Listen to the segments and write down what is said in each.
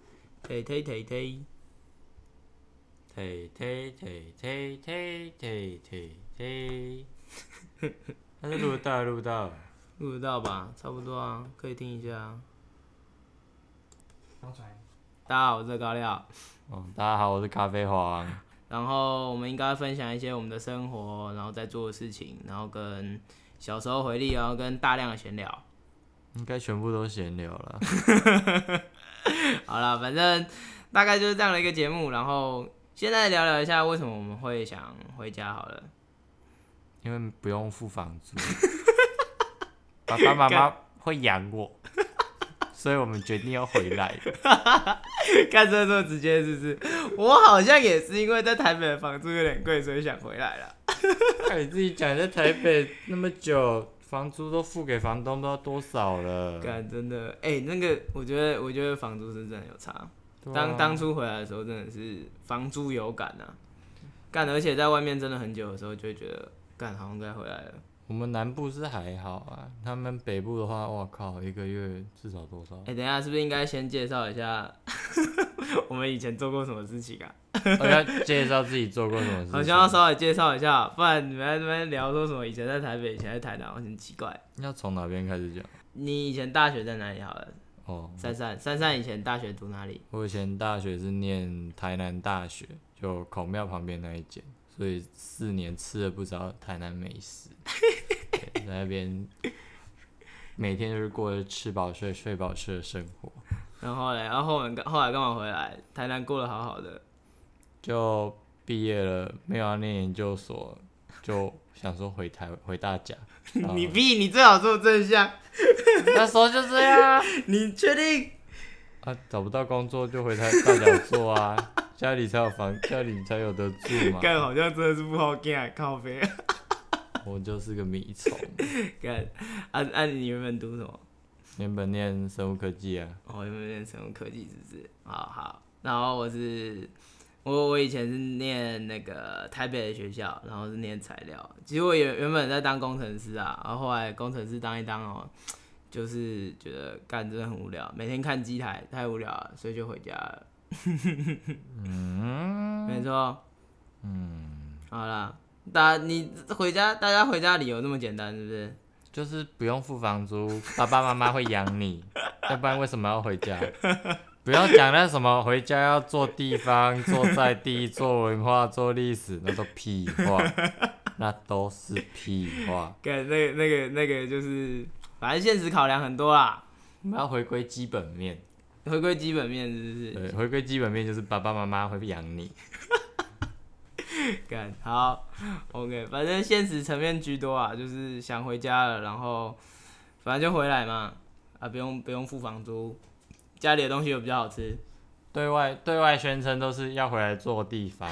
忒忒忒忒，忒忒忒忒忒忒忒忒， 但是录得到录不到，录得到吧？差不多啊，可以听一下啊。刚才大家好，我是高亮。嗯，大家好，我是咖啡黄，然后我们应该分享一些我们的生活，然后在做的事情，然后跟小时候回忆，然后跟大量的闲聊。应该全部都闲聊了。 好了，反正大概就是这样的一个节目。然后现在聊聊一下为什么我们会想回家好了。 因为不用付房 租，爸爸妈妈会养我，所以我们决定要回来。看这么直接是不是？我好像也是因为在台北的房租有点贵，所以想回来了。看哎你自己讲，在台北那么久，房租都付给房东不知道多少了。干真的，哎、那个我觉得，我觉得房租是真的有差。对啊当当初回来的时候，真的是房租有感啊，干，而且在外面真的很久的时候，就会觉得干好像该回来了。我们南部是还好啊，他们北部的话，哇靠，一个月至少多少哎、？等一下是不是应该先介绍一下 我们以前做过什么事情啊？ 我要介绍自己做过什么事情。好像要稍微介绍一下，不然你们在那边聊说什么以前在台北，以前在台南，我很奇怪。要从哪边开始讲？你以前大学在哪里？好了，哦，珊珊，珊珊以前大学读哪里？我以前大学是念台南大学，就孔庙旁边那一间，所以四年吃了不少台南 美食，对在那边每天就是过着吃饱睡、睡饱吃的生活。然后嘞，然后我们后来干嘛回来？台南过得好好的，就毕业了，没有要念研究所，就想说回台回大 甲。然后你屁，你最好做正向，那时候就这样啊你确定？啊，找不到工作就回台大甲做啊，家里才有房，家里才有得住嘛。干好像真的是不好干，靠背。我就是个米虫，干，按、啊、按、你原本读什么？原本念生物科技啊。哦，原本念生物科技，是不是？好好，然后我是我我以前是念那个台北的学校，然后是念材料。其实我原原本在当工程师啊，然后后来工程师当一当哦，就是觉得干真的很无聊，每天看机台太无聊了，所以就回家了。嗯，没错。嗯，好啦，大你回家，大家回家理由那么简单，是不是？就是不用付房租，爸爸妈妈会养你，要不然为什么要回家？不要讲那什么回家要做地方、做在地、做文化、做历史，那都屁话，那都是屁话。干那个那个那个就是，反正现实考量很多啊啦，我们要回归基本面，回归基本面是不是？对，回归基本面就是爸爸妈妈会养你。干好，OK，反正现实层面居多啊，就是想回家了，然后反正就回来嘛，啊，不用不用付房租，家里的东西又比较好吃，对外对外宣称都是要回来做地方，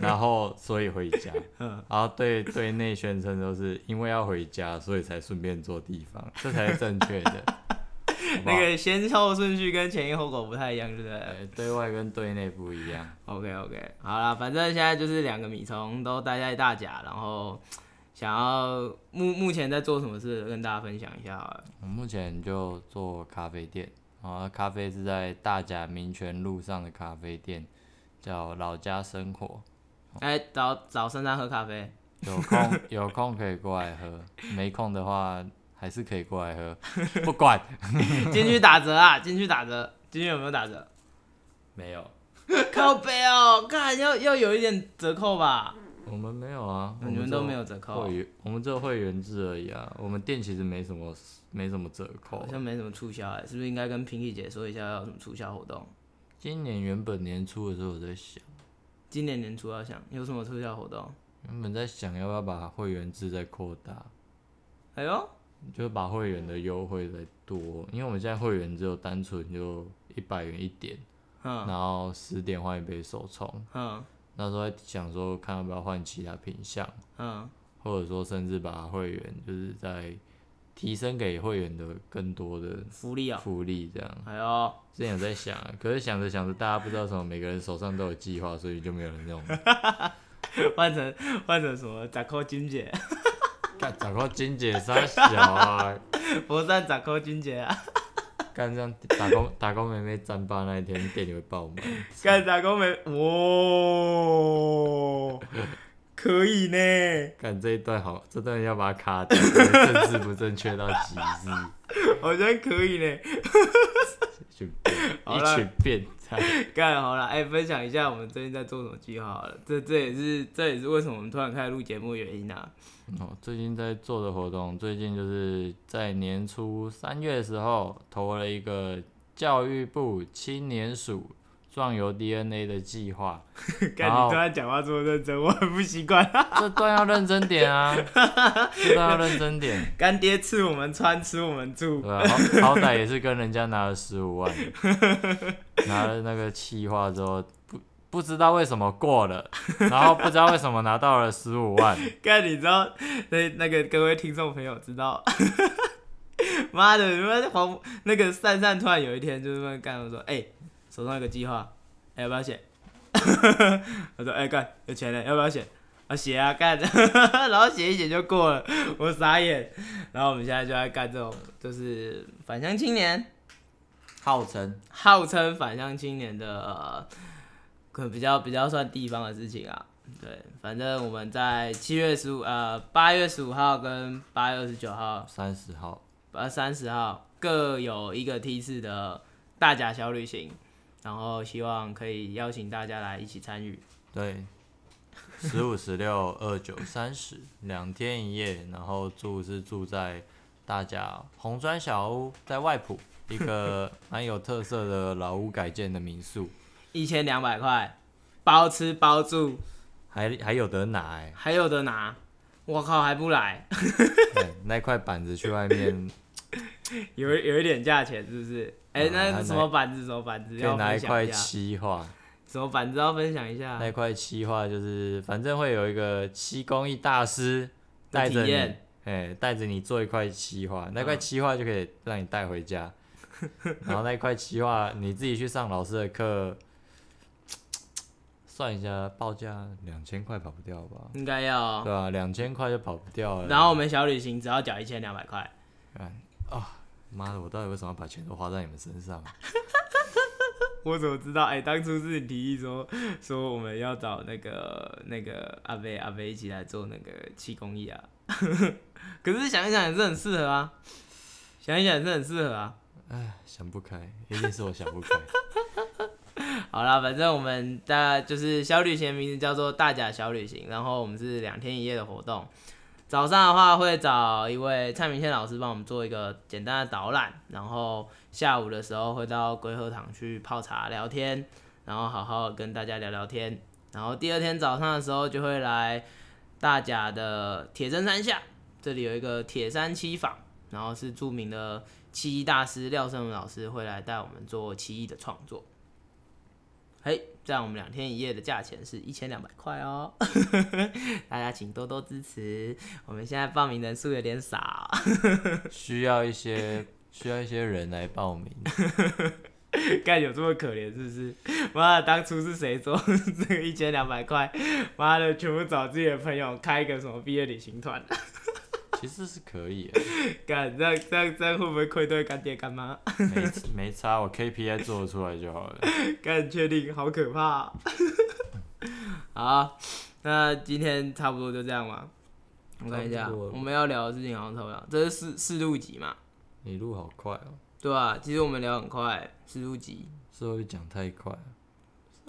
然后所以回家，然后对对内宣称都是因为要回家，所以才顺便做地方，这才是正确的。好不好那个先后顺序跟前因后果不太一样，对不对呃对外跟对内不一样。 ？OK OK，好啦，反正现在就是两个米虫都待在大甲，然后想要目目前在做什么事跟大家分享一下好了。我目前就做咖啡店，然后咖啡是在大甲民权路上的咖啡店，叫老家生活。哎、找找珊珊喝咖啡。有空有空可以过来喝，没空的话还是可以过来喝，不管进去打折啊，进去打折，进去有没有打折？没有，靠背哦，看要要有一点折扣吧。我们没有啊，我你们只都没有折扣会，员，我们只有会员制而已啊，我们店其实没什么没什么折扣好。像没什么促销哎、是不是应该跟 Pinky 姐说一下要有什么促销活动？今年原本年初的时候我在想，今年年初要想有什么促销活动？原本在想要不要把会员制再扩大，哎呦，就是把会员的优惠再多，因为我们现在会员只有单纯就一百元一点，嗯然后十点换一杯手冲。嗯那时候在想说看要不要换其他品项，嗯，或者说甚至把会员就是在提升给会员的更多的福利哦、福利这样。哎呦，之前有在想啊，可是想着想着，大家不知道什么，每个人手上都有计划，所以就没有人弄。换成换成什么？折扣金姐， 干，咋个金姐三小啊？佛山折扣金姐啊！干这样打工打工妹妹战罢那一天店里会爆满，干打工没？哦，可以呢。干这一段好，这段要把它卡掉，政治不正确到极致，好像可以呢。一群变好一啦群变态。干好了，哎、分享一下我们最近在做什么计划好了。这这也是这也是为什么我们突然开始录节目的原因啊。 哦，最近在做的活动，最近就是在年初三月的时候投了一个教育部青年署壮游 DNA 的计划，干好你突然讲话这么认真，我很不习惯。 这段要认真点啊，这段要认真点，干爹吃我们穿，吃我们住对。吧、好好歹也是跟人家拿了十五万，拿了那个企划之后，不不知道为什么过了，然后不知道为什么拿到了十五万， 干，你知道那那个各位听众朋友知道， 妈的，你们黄那个善善突然有一天就是问干我说，哎、手上有个计划，哎、要不要写？ 我说，哎、干，有钱了，要不要写？啊写啊干， 然后写一写就过了，我傻眼。然后我们现在就在干这种，就是返乡青年，号称号称返乡青年的、呃可能比较比较算地方的事情啊。对，反正我们在七月十五呃八月十五号跟八月二十九号三十号，呃三十号各有一个梯次的大甲小旅行，然后希望可以邀请大家来一起参与。对，十五、十六、二九、三十，两天一夜，然后住是住在大甲红砖小屋，在外埔一个蛮有特色的老屋改建的民宿，一千两百块，包吃包住，还还有得拿哎、还有的拿。我靠，还不来， 对那块板子去 外面有一有一点价钱是不是？哎、啊那还什么板子什么板子可要以拿分一享块一下？啊漆画，什么板子要分享一下？那块漆画就是反正会有一个漆工艺大师带着体你，验哎，带着你做一块漆画，那块嗯漆画就可以让你带回 家，然后那块漆画你自己去上老师的课，算一下报价两千块跑不掉吧？应该要哦。对啊，两千块就跑不掉了。然后我们小旅行只要缴一千两百块，妈的，我到底为什么要把钱都花在你们身上？ 我怎么知道？哎、当初是你提议说说我们要找那个那个阿飞阿飞一起来做那个气公益啊， 可是想一想也是很适合啊，想一想也是很适合啊。哎，想不开，一定是我想不开。 好啦，反正我们大就是小旅行，名字叫做大甲小旅行，然后我们是两天一夜的活动。早上的话会找一位蔡明宪老师帮我们做一个简单的导览，然后下午的时候会到龟鹤堂去泡茶聊天，然后好好跟大家聊聊天。然后第二天早上的时候就会来大甲的铁针山下，这里有一个铁山七坊，然后是著名的漆艺大师廖胜文老师会来带我们做漆艺的创作。嘿，这样我们两天一夜的价钱是一千两百块哦， 大家请多多支持。我们现在报名人数有点少， 需要一些 需要一些人来报 名，看有这么可怜是不是？妈的，当初是谁说 这个一千两百块？妈的，全部找自己的朋友开一个什么毕业旅行团？ 其实是可以、啊干，这样这样这样会不会愧对干爹干妈？ 没没差，我 KPI 做得出来就好了。干，确定？好可怕 哦、好，那今天差不多就这样吧。我看一差下，不多了我们要聊的事情好像差不多，这是四四录集嘛？你录好快哦、对啊，其实我们聊很快，十五集是会不是讲太快啊？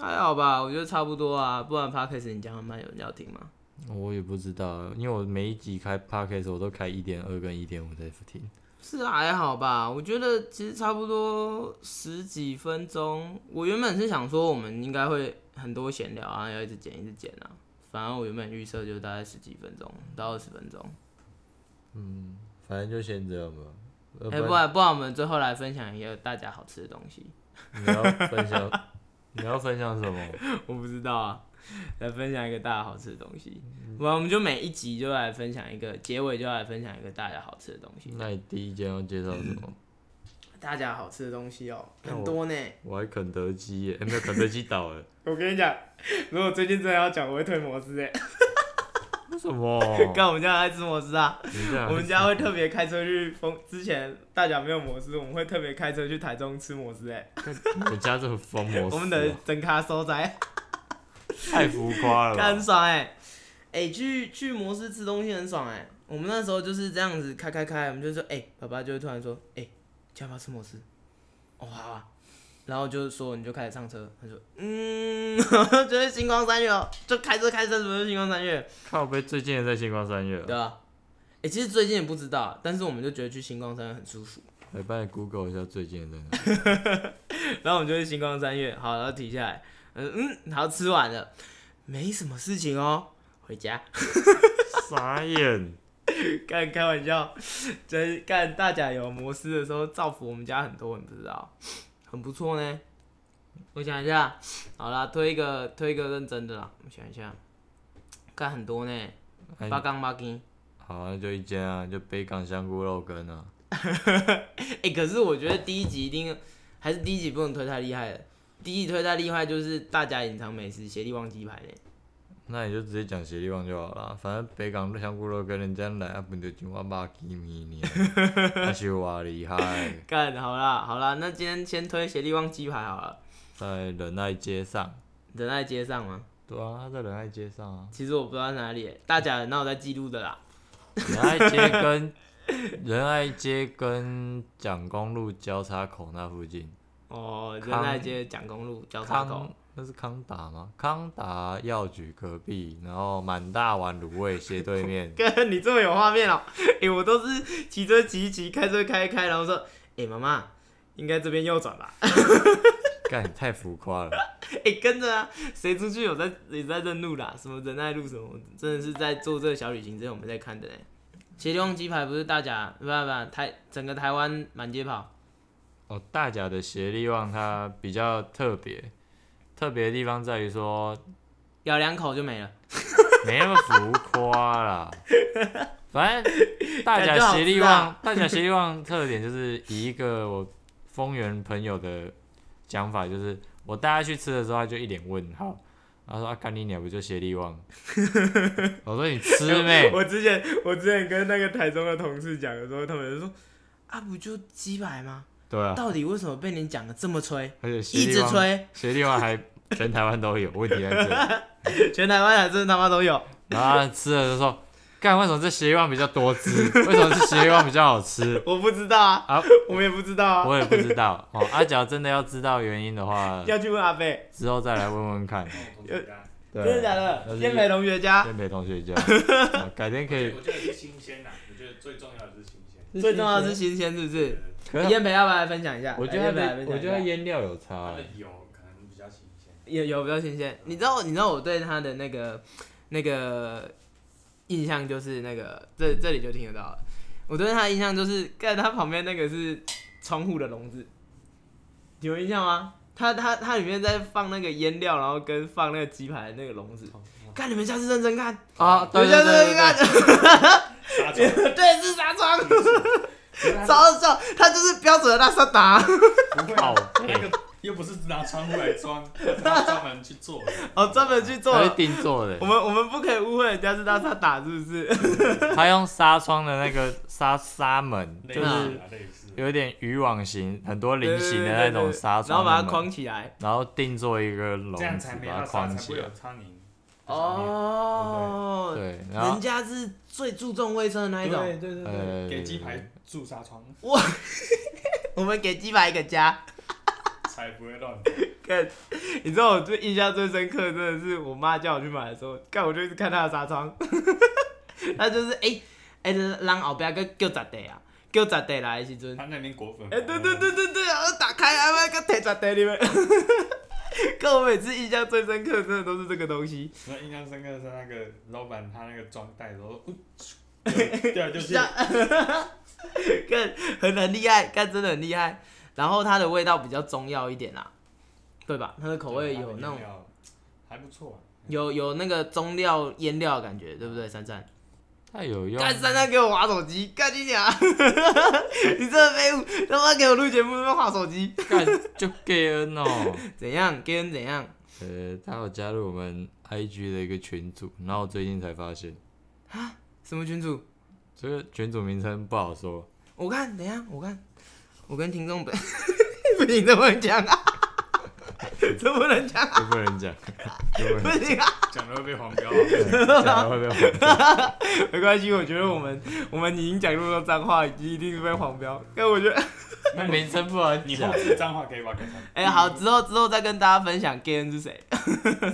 还好吧，我觉得差不多啊，不然 podcast 你讲很慢，有人要听吗？我也不知道，啊因为我每一集开 podcast 我都开一点二跟一点五在听，是啊还好吧，我觉得其实差不多十几分钟。我原本是想说我们应该会很多闲聊啊，要一直剪一直剪啊。反正我原本预设就大概十几分钟到二十分钟。反正就先这样吧。要哎、不然不然我们最后来分享一个大家好吃的东西。 你要分享，你要分享什么？我不知道啊，来分享一个大家好吃的东西。不然我们就每一集就来分享一个，结尾就来分享一个大家好吃的东西。那你第一件要介绍什么？大家好吃的东西哦，那我很多呢。我还肯德基耶、哎没有肯德基倒了，我跟你讲，如果最近真的要讲，我会退摩斯哎。 为什么？看欸我们家爱吃摩斯啊， 你这样我们家会特别开车去丰，之前大甲没有摩斯，我们会特别开车去台中吃摩斯、哎，我家这个疯魔、啊，我们的整卡收窄，太浮夸了看很吧。爽哎、哎、去去摩斯吃东西很爽哎、我们那时候就是这样子开开开，我们就说哎、爸爸就会突然说哎、今天要不要吃摩斯？哦好啊，然后就说你就开始上车，他说嗯， 就是星光三月哦，就开车开车什么是星光三月，靠背最近也在星光三月啊对了，吧？哎、其实最近也不知道，但是我们就觉得去星光三月很舒服。 来哎帮你 Google 一下最近的在哪。然后我们就去星光三月，好，然后停下来，嗯嗯，好吃完了，没什么事情哦，回家。傻眼，干开玩笑， 真干大甲有摩斯的时候，造福我们家很多人，不知道，很不错呢。我想一下，好啦，推一个推一个认真的啦，我想一下，干很多呢，哎八杠八斤。好啊，那就一间啊，就北港香菇肉羹啊。哎、可是我觉得第一集一定还是第一集不能推太厉害了，第一集推太厉害就是大家隐藏美食，协力忘鸡排嘞。那你就直接讲协力旺就好了，反正北港香菇肉羹人家来啊，不就像我肉鸡米呢？ 那是我厉害，干好啦好啦，那今天先推协力旺鸡排好了，在仁爱街上。人在街上吗？。对啊，他在仁爱街上啊其实我不知道哪里欸，大甲那我在记录的啦。仁爱街跟仁爱街跟蒋公路交叉口那附近，哦，人康在街蒋公路交叉口。康。那是康达吗？康达药局隔壁，然后满大碗卤味斜对面 哥，你这么有画面哦、 哎、我都是骑车骑一骑，开车开一开，然后说，哎、妈妈，应该这边右转吧？ 干，你太浮夸了。哎、跟着啊，谁出去有在也在认路啦？什么仁爱路什么，真的是在做这个小旅行之前我们在看的呢。斜流鸡排不是大甲，不不不，台整个台湾满街跑。哦，大甲的协力旺它比较特别，特别的地方在于说咬两口就没了，没那么浮 夸啦。反正大感觉甲好协力吃啊旺，大甲协力旺特点就是以一个我丰原朋友的讲法，就是我带他去吃的时候，他就一脸问号，他说：“啊，干你鸟不就协 力旺？”我说：“你吃没？我之前我之前跟那个台中的同事讲的时候，他们就说，啊，不就鸡排吗？对啊，到底为什么被你讲的这么吹？而且一协力直旺，吹，协力旺还全台湾都有，问题在 这里。全台湾人真的他妈都有。然后他吃了就说：“干，为什么这协力旺比较多汁？为什么这协力旺比较好吃我不知道啊，啊 我们也不知道？”啊，我也不知道哦。阿、啊、假如真的要知道原因的话，要去问阿贝，之后再来问问看。我同学家，真的假那的？是燕美同学家燕北同 学家，啊改天可以。我觉得是新鲜啦，我觉得最重要的是新鲜。最重要的是新鲜，是不是？对对可是燕培要不要来分享一下？我觉来得它燕的培我来分觉得享一下腌料有它差的欸，油可能比较新鲜。有有比较新鲜。你知道你知道我对他的那个那个印象就是那个这这里就听得到了。我对他的印象就是，盖他旁边那个是窗户的笼子，你有印象吗？他他他里面在放那个腌料，然后跟放那个鸡排的那个笼子。看你们下次认真看，啊，你对们对下次认对真看对，。杀虫， 对，啊是纱窗，超笑，他就是标准的拉萨达。不会靠啊，背那个又不是拿窗户来装， 是拿专门去做的。 哦，专门去做它是。定做的我，们我们不可以误会人家是拉萨达，是不 是？他用纱窗的那个纱纱门，类就似是啊，类似。有点渔网型，很多菱形的那种纱然后窗把它的门，框起来。然后定做一个笼这样子才没把它有杀，框才起不会来有。苍蝇。哦，对，然后人家是最注重卫生的那一种。对对呃给鸡排住纱窗，我们给鸡排一个家。才不会乱。看，你知道我最印象最深刻，真的是我妈叫我去买的时候，看我就一直看她的纱窗， 她就是哎哎，让后边个叫十地啊，叫十地来的时阵。他那边果粉。哎、对对。对对对，然后打开啊阿妈个铁闸袋里 面。跟我每次印象最深刻，真的都是这个东西。那印象深刻的是那个老板他那个装袋的时候，对掉 就是像，看很很厉害，看真的很厉害。然后它的味道比较中药一点啦，对吧？它的口味有那种种还不错、啊。有有那个中料腌料的感觉，对不对？珊珊，太有用干珊珊给我划手机，干你娘！你这个废物，他妈给我录节目，他妈划手机， 干就 gay 恩 哦。怎样？给人怎样？呃，他有加入我们 IG 的一个群组，然后我最近才发现，什么群主？这个群组名称不好说，我看，等一下，我看，我跟听众本， 不行，这不能讲啊， 这不能讲，就不能讲， 就不不能行啊，讲了会被黄标。讲，讲了 会被黄标。没关系，我觉得我们我们已经讲那么多脏话，一定是被黄标。但我觉得，那你名称不能你讲后，置脏话可以把它改成。哎、好，之后之后再跟大家分享 gay 恩是谁。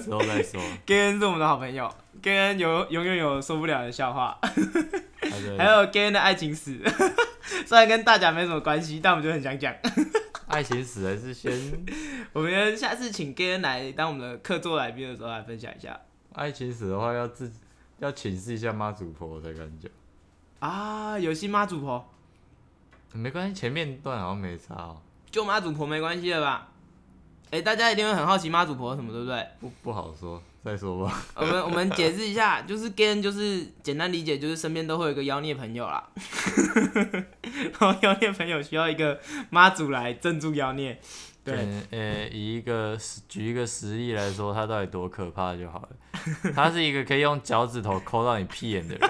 之后再说。 gay 恩是我们的好朋友，gay 恩有永远有说不了的笑话，他的还有 gay 恩的爱情史， 虽然跟大家没什么关系，但我们就很想讲。 爱情死人是先，我们下次请 gay 恩来当我们的客座来宾的时候来分享一下爱情死的话要自己要请示一下妈祖婆的感觉。啊，有新妈祖婆，没关系，前面段好像没差哦，就妈祖婆没关系了吧？哎、大家一定会很好奇妈祖婆是什么，对不对？不不好说，再说吧。我们我们解释一下，就是 gay 就是简单理解，就是身边都会有一个妖孽朋友啦。 然后妖孽朋友需要一个妈祖来镇住妖孽，对，嗯，呃，以一个实举一个实例来说，他到底多可怕就好了。 他是一个可以用脚趾头抠到你屁眼的人，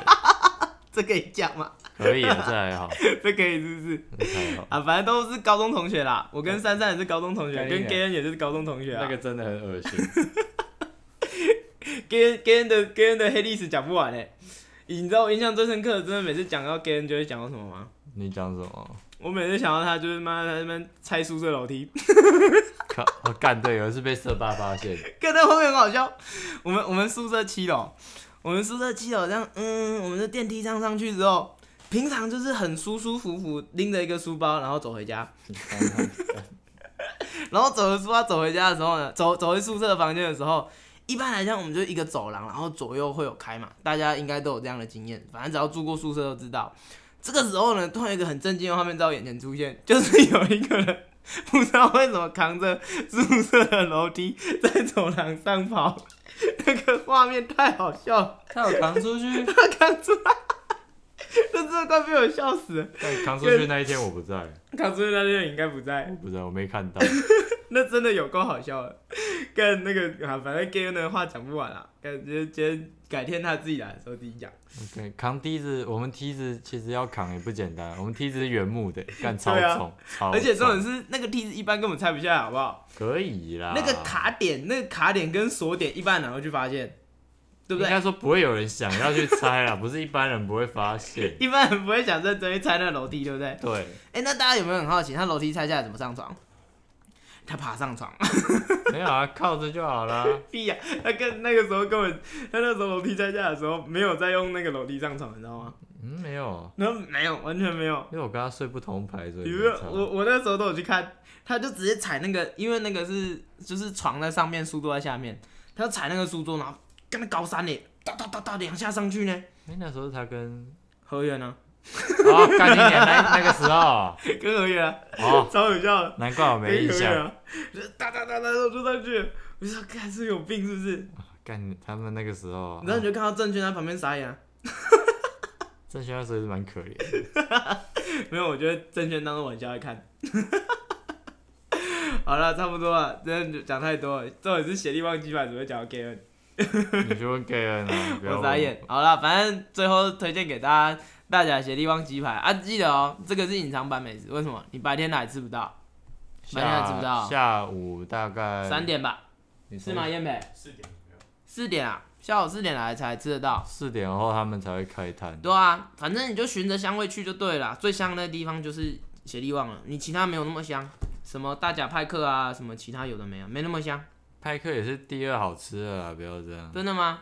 这可以讲吗？ 可以啊，这还好，这可以是不是？这还好。啊，反正都是高中同学啦。我跟珊珊也是高中同学，对跟 gay 也是高中同学啊那。个真的很恶心， gay gay 的 gay 的黑历史讲不完嘞。你知道我印象最深刻的，真的每次讲到 gay 就会讲到什么吗？你讲什么？我每次想到他就是妈在那边拆宿舍楼梯，靠，我干对，有一次被社爸发现，看到后面很好笑。我们我们宿舍七楼，我们宿舍七楼这样，嗯，我们的电梯上上去之后，平常就是很舒舒服服拎着一个书包，然后走回家。然后走着书包走回家的时候呢，走走回宿舍房间的时候，一般来讲我们就一个走廊，然后左右会有开嘛，大家应该都有这样的经验，反正只要住过宿舍都知道。这个时候呢，突然有一个很震惊的画面在我眼前出现，就是有一个人 不知道为什么扛着宿舍的楼梯在走廊上跑， 那个画面太好笑了，他有扛出 去，他扛出来，这真的快被我笑死了。但扛出去那一天我不在，扛出去那些人应该不在，我不在，我没看到。那真的有够好笑的，跟那个啊，反正 gay 的话讲不完啊啦，感觉今天改天他自己来的时候自己讲。对，扛梯子，我们梯子其实要扛也不简单，我们梯子是原木的，干超对啊重，超而且重重点是那个梯子一般根本拆不下来，好不好？可以啦，那个卡点，那个卡点跟锁点，一般哪会去发现？对不应该对？说不会有人想要去猜啦， 不是一般人不会发现。一般人不会想认真去拆那个楼梯，对不对？对，哎、那大家有没有很好奇，他楼梯拆下来怎么上床？他爬上床，没有啊， 靠着就好啦。屁呀、他跟那个时候根本，他那时候楼梯拆下来的时候没有在用那个楼梯上床，你知道吗？嗯，没有，然后没有，完全没有。因为我跟他睡不同排，所以比没如差我我那时候都有去看，他就直接踩那个，因为那个是就是床在上面，书桌在下面，他就踩那个书桌，然后跟那高三呢，哒哒哒哒两下上去呢，哎那时候他跟 何源呢、哦，干你娘那那个时候啊跟何源、啊、哦，超有效的，难怪我没跟印何源、象。啊，就是哒哒哒哒哒就上去了，我就说看是有病是不是？干你他们那个时候啊，然后你就看到郑轩在旁边傻眼、啊，郑轩那时候是蛮可怜的。没有，我觉得郑轩当做玩笑在看。 好了，差不多了，真的讲太多了，这也是血力忘记版，只会讲到 K N。你就问 K N 啊，不要我问傻眼。好了，反正最后推荐给大家大甲协力旺鸡排啊，记得哦，这个是隐藏版美食，为什么？你白天来吃不到，白天还吃不到下下午大概三，点吧？你是吗？？燕北？四点左右四点啊，下午四点来才吃得到。四点后他们才会开摊。对啊，反正你就循着香味去就对了，最香的地方就是协力旺了，你其他没有那么香，什么大甲派克啊，什么其他有的没有，没那么香，派克也是第二好吃的啦，不要这样。真的吗？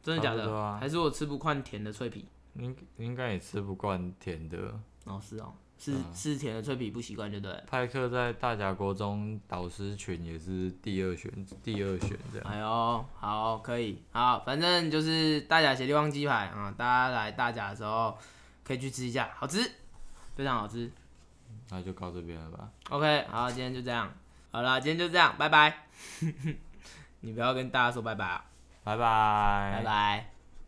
真的假差不的？多啊还是我吃不惯甜的脆皮？应应该也吃不惯甜的。哦，是哦，是、嗯是甜的脆皮不习惯就对了。派克在大甲国中导师群也是第二选，第二选这样。哎呦，好，可以，好，反正就是大甲协力旺鸡排啊、大家来大甲的时候可以去吃一下，好吃，非常好吃。那就到这边了吧。 OK，好，今天就这样，好啦，今天就这 样，拜拜。你不要跟大家说拜拜啊，拜拜拜。拜。